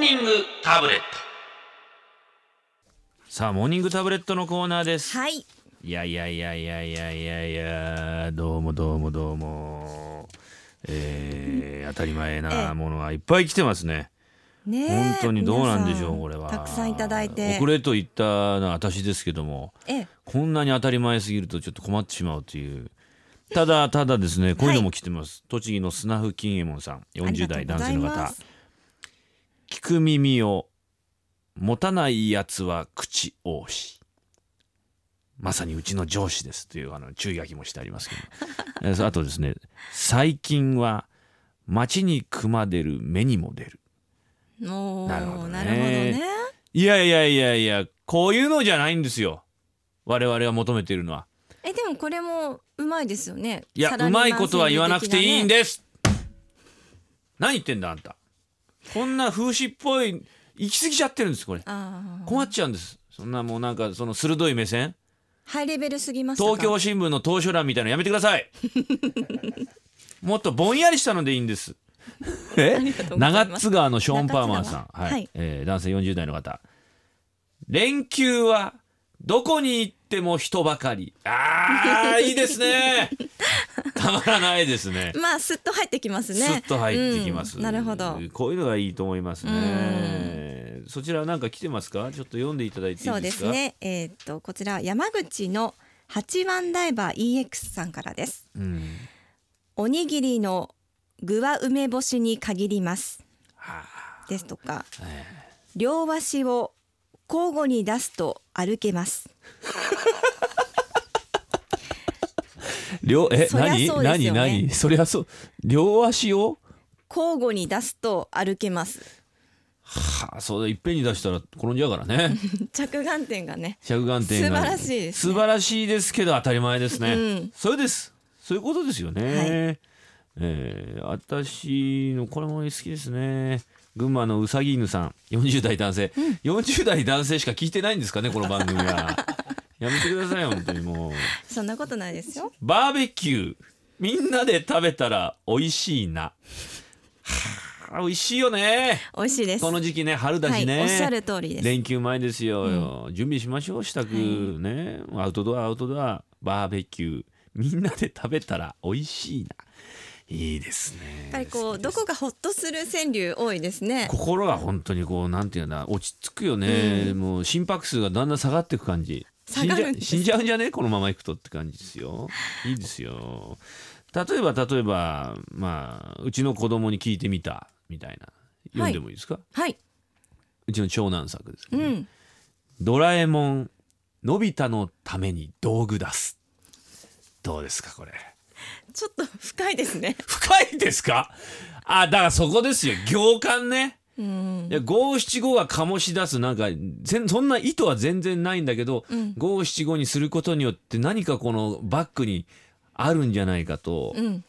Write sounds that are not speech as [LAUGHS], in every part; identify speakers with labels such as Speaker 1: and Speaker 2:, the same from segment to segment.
Speaker 1: ニングタブレット
Speaker 2: さあモーニングタブレットのコーナーです
Speaker 3: はい
Speaker 2: いやいやいやいやいやいやいやどうもどうもどうもえー、当たり前なものがいっぱい来てますね
Speaker 3: ねえ
Speaker 2: 本当にどうなんでしょ
Speaker 3: 皆さ
Speaker 2: うこれは
Speaker 3: たくさんいただいて
Speaker 2: 遅れと言ったのは私ですけども
Speaker 3: ええ
Speaker 2: こんなに当たり前すぎるとちょっと困ってしまうというただただですねこういうのも来てます、栃木の砂吹金右衛門さん40代男性の方聞く耳を持たないやつは口多しまさにうちの上司ですというあの注意書きもしてありますけ
Speaker 3: [LAUGHS]
Speaker 2: どえーあとですね最近は街に熊出る目にも出る
Speaker 3: おー
Speaker 2: なるほどね
Speaker 3: なるほどね
Speaker 2: いやいやいやいやこういうのじゃないんですよ我々が求めているのは
Speaker 3: えでもこれもうまいですよね
Speaker 2: いや、
Speaker 3: サラ
Speaker 2: う
Speaker 3: リーマン
Speaker 2: まいことは言わなくていいん
Speaker 3: 戦略的
Speaker 2: です。何言ってんだ、あんた。こんな風刺っぽい、行き過ぎちゃってるんです、これ。
Speaker 3: なねあー
Speaker 2: 困っちゃうんです。そんなもうなんか、その鋭い目線。
Speaker 3: ハイレベルすぎましたか
Speaker 2: 東京新聞の投書欄みたいなのやめてくださ
Speaker 3: [LAUGHS]
Speaker 2: い。もっとぼんやりしたのでいいんです。 [LAUGHS] え
Speaker 3: りがとうございま
Speaker 2: 長
Speaker 3: す
Speaker 2: 津川のショーン・パーマンさん、
Speaker 3: 中津川
Speaker 2: はい
Speaker 3: はい
Speaker 2: えー男性40代の方連休はどこに行っても人ばかりあーいいです
Speaker 3: [LAUGHS]
Speaker 2: ねたまらないですね
Speaker 3: まあスッと入ってきますね
Speaker 2: すっと入ってきます、
Speaker 3: うんなるほど
Speaker 2: こういうのがいいと思いますねそちらなんか来てますかちょっと読んでいただいていいですか
Speaker 3: そうですねえーっとこちら山口の八番ダイバー EX さんからです
Speaker 2: うん
Speaker 3: おにぎりの具は梅干しに限ります
Speaker 2: は
Speaker 3: ですとか、両足を交互に出すと歩けます
Speaker 2: 両え
Speaker 3: そりゃ
Speaker 2: 何
Speaker 3: そうです
Speaker 2: 何
Speaker 3: よね
Speaker 2: 何そりゃそう両足を
Speaker 3: 交互に出すと歩けます [LAUGHS]
Speaker 2: はあそうだいっぺんに出したら転んじゃうから
Speaker 3: [LAUGHS]
Speaker 2: ね
Speaker 3: 着眼点がね
Speaker 2: 着眼点が
Speaker 3: 素晴らしいですね
Speaker 2: 素晴らしいですけど当たり前ですね、
Speaker 3: うん
Speaker 2: それですそういうことですよね、
Speaker 3: は
Speaker 2: えー私のこれも好きですね群馬のうさぎ犬さん40代男性、40代男性しか聞いてないんですかねこの番組
Speaker 3: [LAUGHS]
Speaker 2: はやめてください本当にもう
Speaker 3: そんなことないですよ
Speaker 2: バーベキューみんなで食べたら美味しいなはあ美味しいよね
Speaker 3: 美味しいです
Speaker 2: この時期ね春だしね、
Speaker 3: はい、おっしゃる通りです
Speaker 2: 連休前ですよ、準備しましょう支度、ねアウトドアアウトドアバーベキューみんなで食べたら美味しいないいですね
Speaker 3: やっぱりこうどこかほっとする川柳多いですね
Speaker 2: 心が本当にこうなんていうんだ落ち着くよね、もう心拍数がだんだん下がっていく感じ死んじ
Speaker 3: 下が
Speaker 2: ゃ
Speaker 3: るんです
Speaker 2: 死んじゃうんじゃねこのままいくとって感じですよいいですよ例えば例えばまあうちの子供に聞いてみたみたいな読んでもいいですか、
Speaker 3: はいう
Speaker 2: ちの長男作ですけど
Speaker 3: う
Speaker 2: ね、
Speaker 3: ん
Speaker 2: ドラえもんのび太のために道具出すどうですかこれ
Speaker 3: ちょっと深いですね
Speaker 2: 深いですかあだからそこですよ行間ね
Speaker 3: うん
Speaker 2: いや五七五が醸し出すなんかぜんそんな意図は全然ないんだけど
Speaker 3: ん
Speaker 2: 五七五にすることによって何かこのバックにあるんじゃないかと、
Speaker 3: うん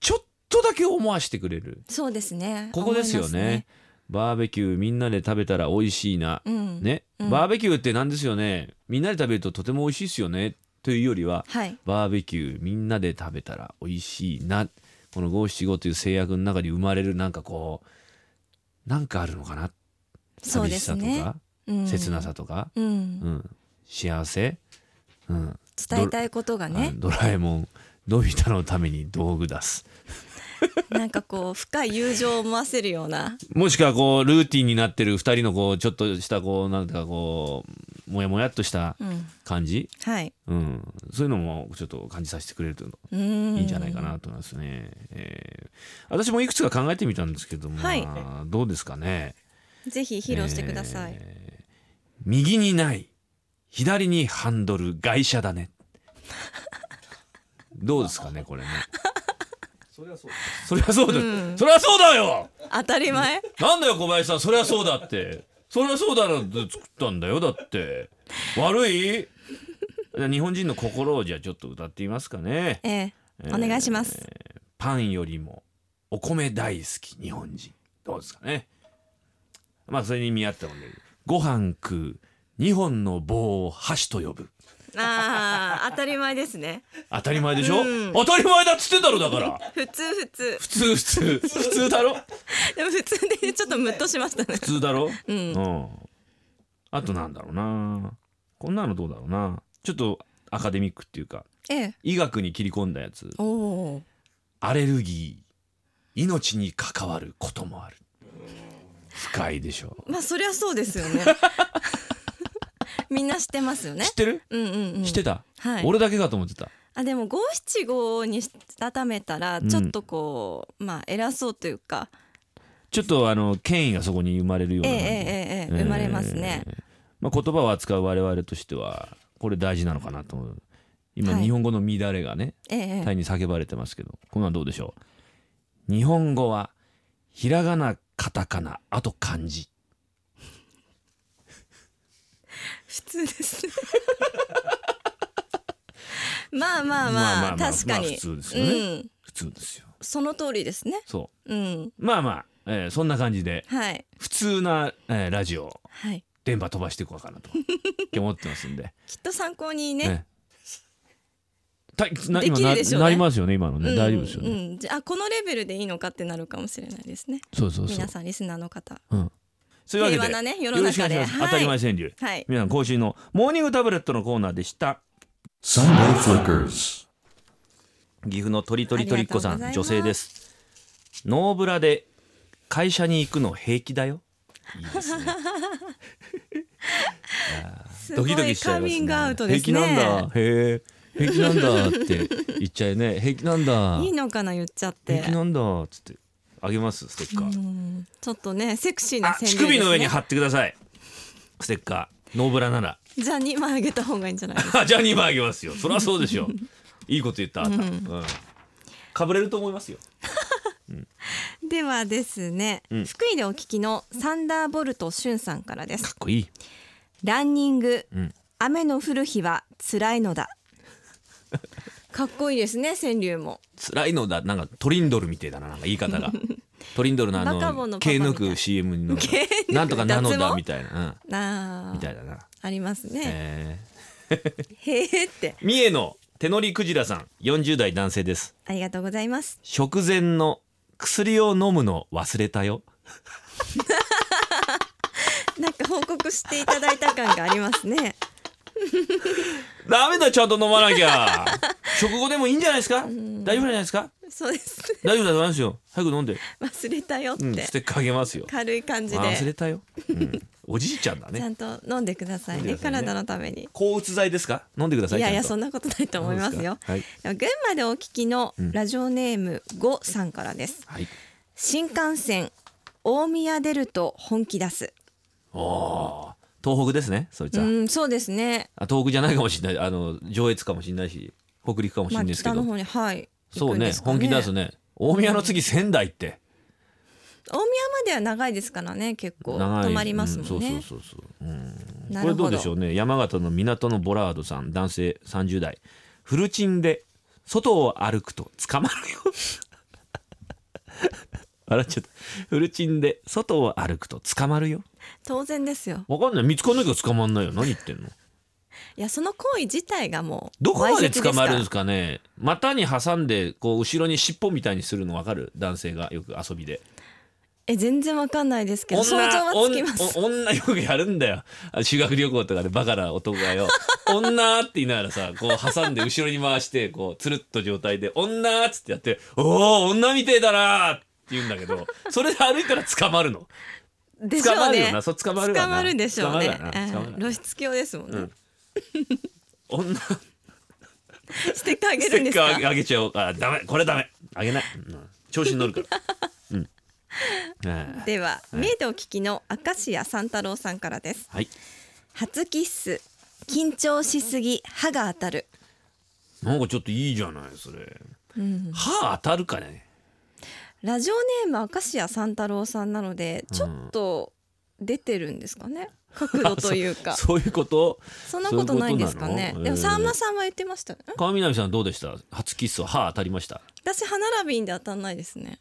Speaker 2: ちょっとだけ思わせてくれる
Speaker 3: そうですね
Speaker 2: ここですよ
Speaker 3: 思い
Speaker 2: ねバーベキューみんなで食べたら美味しいな、
Speaker 3: ますねうん
Speaker 2: ね、
Speaker 3: うん
Speaker 2: バーベキューってなんですよねみんなで食べるととても美味しいですよねというよりは
Speaker 3: はい
Speaker 2: バーベキューみんなで食べたら美味しいなこの五七五という制約の中に生まれるなんかこうなんかあるのかな
Speaker 3: そう
Speaker 2: 寂
Speaker 3: で
Speaker 2: し
Speaker 3: す
Speaker 2: さと
Speaker 3: ね
Speaker 2: か、
Speaker 3: うん
Speaker 2: 切なさとか、
Speaker 3: うん
Speaker 2: うん幸せ、うん
Speaker 3: 伝えたいことが
Speaker 2: あ
Speaker 3: ね
Speaker 2: のドラえもんのび太のために道具出す
Speaker 3: なんかこう深い友情を思わせるような
Speaker 2: もしくはこうルーティンになってる二人のこうちょっとしたこうなんかこうもやもやっとした
Speaker 3: うん
Speaker 2: 感じ、
Speaker 3: はい
Speaker 2: うん、そういうのもちょっと感じさせてくれると
Speaker 3: い
Speaker 2: い
Speaker 3: い
Speaker 2: いんじゃないかなと思いますね。えー私もいくつか考えてみたんですけども、
Speaker 3: はい
Speaker 2: どうですかね。
Speaker 3: ぜひ披露してください、
Speaker 2: えー右にない左にハンドル外車 [LAUGHS] だね。どうですかねこれね。 [LAUGHS] そりゃそうだ。そりゃそうだ。そりゃそうだよ。
Speaker 3: 当たり前
Speaker 2: なんだよ小林さんそりゃそうだって。そりゃそうだろって作ったんだよだって。悪い？日本人の心をじゃあちょっと歌ってみますかね。
Speaker 3: ええ
Speaker 2: え
Speaker 3: お
Speaker 2: ー
Speaker 3: 願いします、
Speaker 2: パンよりもお米大好き日本人どうですかねまあそれに見合ったもんでご飯食う二本の棒を箸と呼ぶ
Speaker 3: ああ当たり前ですね。
Speaker 2: 当たり前でしょ、
Speaker 3: うん
Speaker 2: 当たり前だっつってんだろだから
Speaker 3: 普通普通。
Speaker 2: 普通普通普通だろ
Speaker 3: でも普通でちょっとムッとし
Speaker 2: [LAUGHS]
Speaker 3: ましたね。
Speaker 2: 普通だろ
Speaker 3: う。
Speaker 2: うんんあとなんだろうなこんなのどうだろうなちょっとアカデミックっていうか
Speaker 3: ええ。
Speaker 2: 医学に切り込んだやつ
Speaker 3: おお。
Speaker 2: アレルギー命に関わることもある深いでしょ
Speaker 3: まあそりゃそうです
Speaker 2: [LAUGHS]
Speaker 3: よね。みんな知ってますよね
Speaker 2: 知っ。てる、
Speaker 3: うんうんうん。
Speaker 2: 知ってた、
Speaker 3: はい。
Speaker 2: 俺だけかと思ってた
Speaker 3: あでも五七五にしたためたら
Speaker 2: うん
Speaker 3: ちょっとこう、まあ偉そうというか、
Speaker 2: ちょっとあの権威がそこに生まれるよう
Speaker 3: え
Speaker 2: な
Speaker 3: え
Speaker 2: 感じ、
Speaker 3: ええええ生まれますね。
Speaker 2: えーまあ、言葉を扱う我々としてはこれ大事なのかなと思う今、
Speaker 3: はい
Speaker 2: 日本語の乱れがね
Speaker 3: えええ
Speaker 2: 大
Speaker 3: え
Speaker 2: 変に叫ばれてますけどこんなんどうでしょう日本語はひらがなカタカナあと漢字
Speaker 3: 普通ですね。まあま
Speaker 2: ま
Speaker 3: あまあ、
Speaker 2: あまあまあ
Speaker 3: 確かに、
Speaker 2: まあ普通ですよね
Speaker 3: うん、
Speaker 2: 普通ですよ
Speaker 3: その通りですね。
Speaker 2: そ
Speaker 3: うん、
Speaker 2: うまあまあ、えーそんな感じで
Speaker 3: はい
Speaker 2: 普通な、えーラジオを
Speaker 3: はい。
Speaker 2: 電波飛ばしていこうかなとって思ってますん
Speaker 3: [LAUGHS]
Speaker 2: で、
Speaker 3: きっと参考に
Speaker 2: え
Speaker 3: ね。
Speaker 2: えたな今
Speaker 3: でき
Speaker 2: な
Speaker 3: るでしょうね
Speaker 2: なりますよね今のね、
Speaker 3: うん
Speaker 2: 大丈夫ですよね、
Speaker 3: うん、じゃあこのレベルでいいのかってなるかもしれないですね。
Speaker 2: そうそうそう
Speaker 3: 皆さんリスナーの方、
Speaker 2: うん、そういうわけ
Speaker 3: 平
Speaker 2: で
Speaker 3: 和なね世
Speaker 2: よ
Speaker 3: の
Speaker 2: ろしくお
Speaker 3: 中
Speaker 2: 願いし
Speaker 3: で、
Speaker 2: ます、当たり前川柳
Speaker 3: はい、はい、
Speaker 2: 皆さん今週のモーニングタブレットのコーナーでした
Speaker 1: Sunday Flickers.
Speaker 2: 岐阜のとりとりとりっこさ
Speaker 3: ありが
Speaker 2: ん
Speaker 3: とう
Speaker 2: 女
Speaker 3: ござい
Speaker 2: 性
Speaker 3: ま
Speaker 2: で
Speaker 3: す
Speaker 2: すノーブラで会社に行くの平気だよいいですね
Speaker 3: す
Speaker 2: ド
Speaker 3: ご
Speaker 2: キドキ
Speaker 3: い
Speaker 2: しちゃ
Speaker 3: カ
Speaker 2: いますね
Speaker 3: ミングアウトです
Speaker 2: 平気
Speaker 3: ね。
Speaker 2: なんだへえ平気なんだって言っちゃいね平気なんだ
Speaker 3: いいのかな言っちゃって。
Speaker 2: 平気なんだっつってあげますステッカー、
Speaker 3: うんちょっとねセクシーな
Speaker 2: あ
Speaker 3: 宣
Speaker 2: 乳
Speaker 3: 伝で
Speaker 2: 首
Speaker 3: す
Speaker 2: の上に
Speaker 3: ね。
Speaker 2: 貼ってくださいステッカーノーブラなら
Speaker 3: じゃあ二枚あげた方がいいんじゃないですか。
Speaker 2: [LAUGHS] あじゃあ2枚あげますよそりゃそうでしょいいこと言ったあなた、
Speaker 3: う
Speaker 2: うんん、かぶれると思いますよ
Speaker 3: ではですね、
Speaker 2: うん
Speaker 3: 福井でお聞きのサンダーボルトしゅんさんからで
Speaker 2: か
Speaker 3: す
Speaker 2: っ。こいい、
Speaker 3: ランニング、
Speaker 2: うん、
Speaker 3: 雨の降る日は辛い
Speaker 2: [LAUGHS]
Speaker 3: のだ。かっこいいですね川柳も。
Speaker 2: 辛いのだなんかトリンドルみたいだななんか言い方
Speaker 3: [LAUGHS]
Speaker 2: がトリンドルのあ
Speaker 3: バカボン
Speaker 2: の
Speaker 3: のパパ
Speaker 2: 毛
Speaker 3: みたい
Speaker 2: 抜く CM の
Speaker 3: 毛抜く
Speaker 2: なんとかなの
Speaker 3: 脱
Speaker 2: だ
Speaker 3: 毛
Speaker 2: みたいな、
Speaker 3: あ
Speaker 2: うん、
Speaker 3: あ
Speaker 2: みたいだな、
Speaker 3: ありますね。
Speaker 2: え
Speaker 3: へえって
Speaker 2: ー、三重の手乗りクジラさん40代男性です
Speaker 3: ありがとうございます。
Speaker 2: 食前の薬を飲むの忘れたよ
Speaker 3: なんか報告していただいた感がありますね。
Speaker 2: ダメだちゃんと飲まなき
Speaker 3: [LAUGHS]
Speaker 2: ゃ食後でもいいんじゃないですか大丈夫じゃないですか
Speaker 3: そうです
Speaker 2: [LAUGHS]
Speaker 3: ね。
Speaker 2: 大丈夫だと思いますよ早く飲んで、
Speaker 3: 忘れたよって、
Speaker 2: うん、ステッカーあげますよ
Speaker 3: 軽い感じで
Speaker 2: あ忘れたよ、うん、おじいちゃんだ
Speaker 3: ちゃ
Speaker 2: ね
Speaker 3: んと飲んでください
Speaker 2: 飲んで
Speaker 3: ね。
Speaker 2: くださいね
Speaker 3: 体のために。
Speaker 2: 抗うつ剤ですか飲んでください
Speaker 3: いやいや
Speaker 2: ちゃ
Speaker 3: そ
Speaker 2: ん
Speaker 3: んなことないと思いますよ。
Speaker 2: そうです
Speaker 3: では群馬でお聞きのラジオネームゴさんからです。
Speaker 2: はい、はい、
Speaker 3: 新幹線大宮出ると本気出す。
Speaker 2: おー東北ですねそいつ
Speaker 3: う
Speaker 2: は、
Speaker 3: んそうですね。
Speaker 2: あ東北じゃないかもしれないあの上越かもしれないし北陸かもしれな
Speaker 3: まあ
Speaker 2: いですけ
Speaker 3: 北
Speaker 2: ど、
Speaker 3: の方にはい。
Speaker 2: そう
Speaker 3: 行くん
Speaker 2: ね
Speaker 3: ですか
Speaker 2: 本気出す
Speaker 3: 大宮ま
Speaker 2: ね大宮の次仙台って
Speaker 3: では長いですからね結構
Speaker 2: 長い
Speaker 3: 止まりますもん
Speaker 2: うん
Speaker 3: ね。
Speaker 2: そうそうそうそう、うん
Speaker 3: な
Speaker 2: これ
Speaker 3: るほど
Speaker 2: どうでしょうね山形の港のボラードさん男性30代フルチンで外を歩くと捕
Speaker 3: [LAUGHS]
Speaker 2: まるよ笑っちゃったフルチンで外を歩くと捕まるよ
Speaker 3: 当然ですよ。
Speaker 2: わかんない見つかんないから捕まんないよ何言ってんの
Speaker 3: いやその行為自体がもう
Speaker 2: どこまで捕まるんですすかね股に挟んでこう後ろに尻尾みたいにするのわかる男性がよく遊びで
Speaker 3: え全然わかんないですけど
Speaker 2: 女
Speaker 3: 想像はつきます。
Speaker 2: おんお女よくやるんだよあ修学旅行とかでバカな男がよ女って言いながらさこう挟んで後ろに回してこうつるっと状態で女っつってやっておお女みてえだなーって言うんだけどそれで歩いたら捕まるの
Speaker 3: でしょうね。
Speaker 2: 捕まるよなそう捕まるわな
Speaker 3: 捕まるでしょうね
Speaker 2: 捕まるわ。な
Speaker 3: うん
Speaker 2: 捕まるわな
Speaker 3: 露出狂ですもんね。
Speaker 2: ん女
Speaker 3: ステッカーあげ
Speaker 2: ス
Speaker 3: る
Speaker 2: テ
Speaker 3: んで
Speaker 2: ッ
Speaker 3: すか。
Speaker 2: カーあげちゃおうあダメこれダメあげない、うん調子に乗るから
Speaker 3: [LAUGHS]
Speaker 2: うんあー
Speaker 3: では、メイドお聞きの明石家三太郎さんからです
Speaker 2: はい
Speaker 3: 初キッス緊張しすぎ歯が当たる、
Speaker 2: なんかちょっといいじゃないそれ
Speaker 3: うん、
Speaker 2: 歯当たるかね
Speaker 3: ラジオネーム明石家三太郎さんなのでちょっと出てるんですかね角度というかそ
Speaker 2: [LAUGHS] そういうこと
Speaker 3: んなことないんですかね
Speaker 2: そういうことなの
Speaker 3: でも
Speaker 2: えー
Speaker 3: さんまさんは言ってましたねん
Speaker 2: 川南さんどうでした初キスは歯当たりました
Speaker 3: 私歯並びんで当たんないですね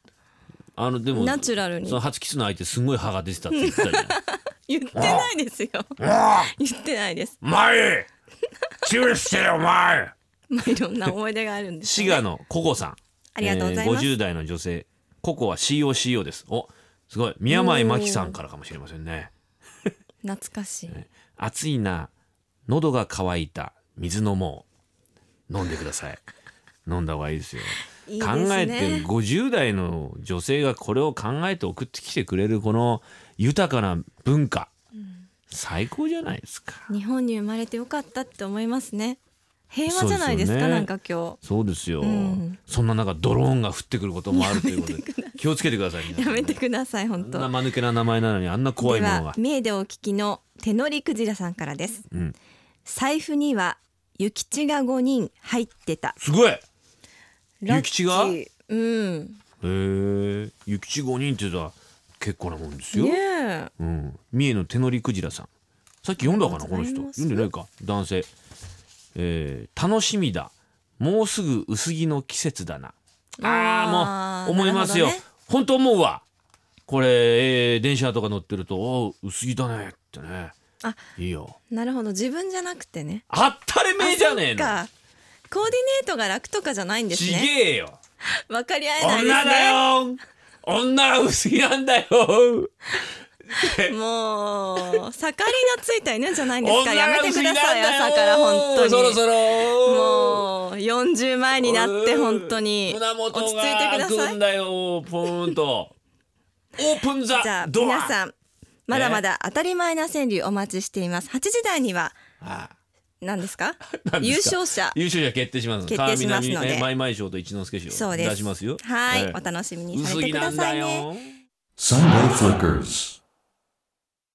Speaker 2: あのでも
Speaker 3: ナチュラルに
Speaker 2: その初キスの相手すごい歯が出てたって言っ
Speaker 3: [LAUGHS]
Speaker 2: てたじゃん [LAUGHS]
Speaker 3: 言ってないですよ言ってないです
Speaker 2: 前チューしてるお前
Speaker 3: まあいろんな思い出があるんです、ね。
Speaker 2: 滋賀のココさん
Speaker 3: ありがとうございます
Speaker 2: えー50代の女性ココは COCO ですおすごい宮前真紀さんからかもしれませんね
Speaker 3: 懐かしい。
Speaker 2: 暑いな喉が渇いた水飲もう飲んでください飲んだ方がいいですよ
Speaker 3: いいです
Speaker 2: 考
Speaker 3: ね
Speaker 2: えて50代の女性がこれを考えて送ってきてくれるこの豊かな文化、最高じゃないですか
Speaker 3: 日本に生まれてよかったって思いますね。平和じゃないです
Speaker 2: そうです
Speaker 3: か
Speaker 2: よね
Speaker 3: なんか今
Speaker 2: そうですよ、
Speaker 3: ん
Speaker 2: そんな中ドローンが降ってくることもあるという
Speaker 3: [LAUGHS]
Speaker 2: ことで気をつけてください皆
Speaker 3: 日。
Speaker 2: さ
Speaker 3: や
Speaker 2: ん
Speaker 3: めてください本
Speaker 2: あんな
Speaker 3: 当。
Speaker 2: 間抜けな名前なのにあんな怖い
Speaker 3: で
Speaker 2: ものが
Speaker 3: は、メーデをお聞きの手乗りクジラさんからです。
Speaker 2: うん、
Speaker 3: 財布には諭吉が五人入ってた。
Speaker 2: すごいへ
Speaker 3: ラッキー
Speaker 2: 諭
Speaker 3: うん。
Speaker 2: え諭吉5人って言ったら結構なもんですよ、
Speaker 3: ねえ。
Speaker 2: うん、三重の手乗りクジラさんさっき読んだかな
Speaker 3: あり
Speaker 2: こ
Speaker 3: がと
Speaker 2: の
Speaker 3: うござい
Speaker 2: 人
Speaker 3: ます
Speaker 2: 読んでないか男性、えー楽しみだもうすぐ薄着の季節だなあー
Speaker 3: あー
Speaker 2: もう思いますよ、
Speaker 3: なるほど
Speaker 2: 本当思うわこれ、えー電車とか乗ってるとおー薄着だねってね
Speaker 3: あ
Speaker 2: いいよ
Speaker 3: なるほど自分じゃなくてね。
Speaker 2: あったりめえじゃねえの
Speaker 3: あそっかコーディネートが楽とかじゃないんです
Speaker 2: ち
Speaker 3: ね。
Speaker 2: げえよ
Speaker 3: 分かり合えないで
Speaker 2: 女だよ女は薄着なんだよ
Speaker 3: すね。もう盛りのついた犬じゃないんですか。
Speaker 2: 女
Speaker 3: や
Speaker 2: が
Speaker 3: め
Speaker 2: 薄
Speaker 3: て
Speaker 2: 着な
Speaker 3: くだ
Speaker 2: ん
Speaker 3: さ
Speaker 2: だよ
Speaker 3: い朝から本当に。
Speaker 2: そろそろ
Speaker 3: もう40前になって本当に
Speaker 2: 胸元
Speaker 3: 落ち着い
Speaker 2: が
Speaker 3: てく
Speaker 2: 開
Speaker 3: だ
Speaker 2: く
Speaker 3: さ
Speaker 2: ん
Speaker 3: い。
Speaker 2: だよポーンとオープン
Speaker 3: じゃあ
Speaker 2: ザドア
Speaker 3: 皆さんまだまだ当たり前な川柳お待ちしています。8時台には
Speaker 2: あ
Speaker 3: 何ですか
Speaker 2: [LAUGHS] 何
Speaker 3: 優
Speaker 2: ですか
Speaker 3: 勝者
Speaker 2: 優勝者決定します
Speaker 3: 決定しますので
Speaker 2: 川南ねマイマイ賞と一之輔賞
Speaker 3: そうです。
Speaker 2: 出しますよ
Speaker 3: はい、
Speaker 2: ええ
Speaker 3: お楽しみにさ
Speaker 2: 薄
Speaker 3: れて
Speaker 2: 着
Speaker 3: く
Speaker 2: な
Speaker 3: だ
Speaker 2: ん
Speaker 3: さ
Speaker 2: だ
Speaker 3: いね。
Speaker 2: よ
Speaker 1: Sunday Flickers.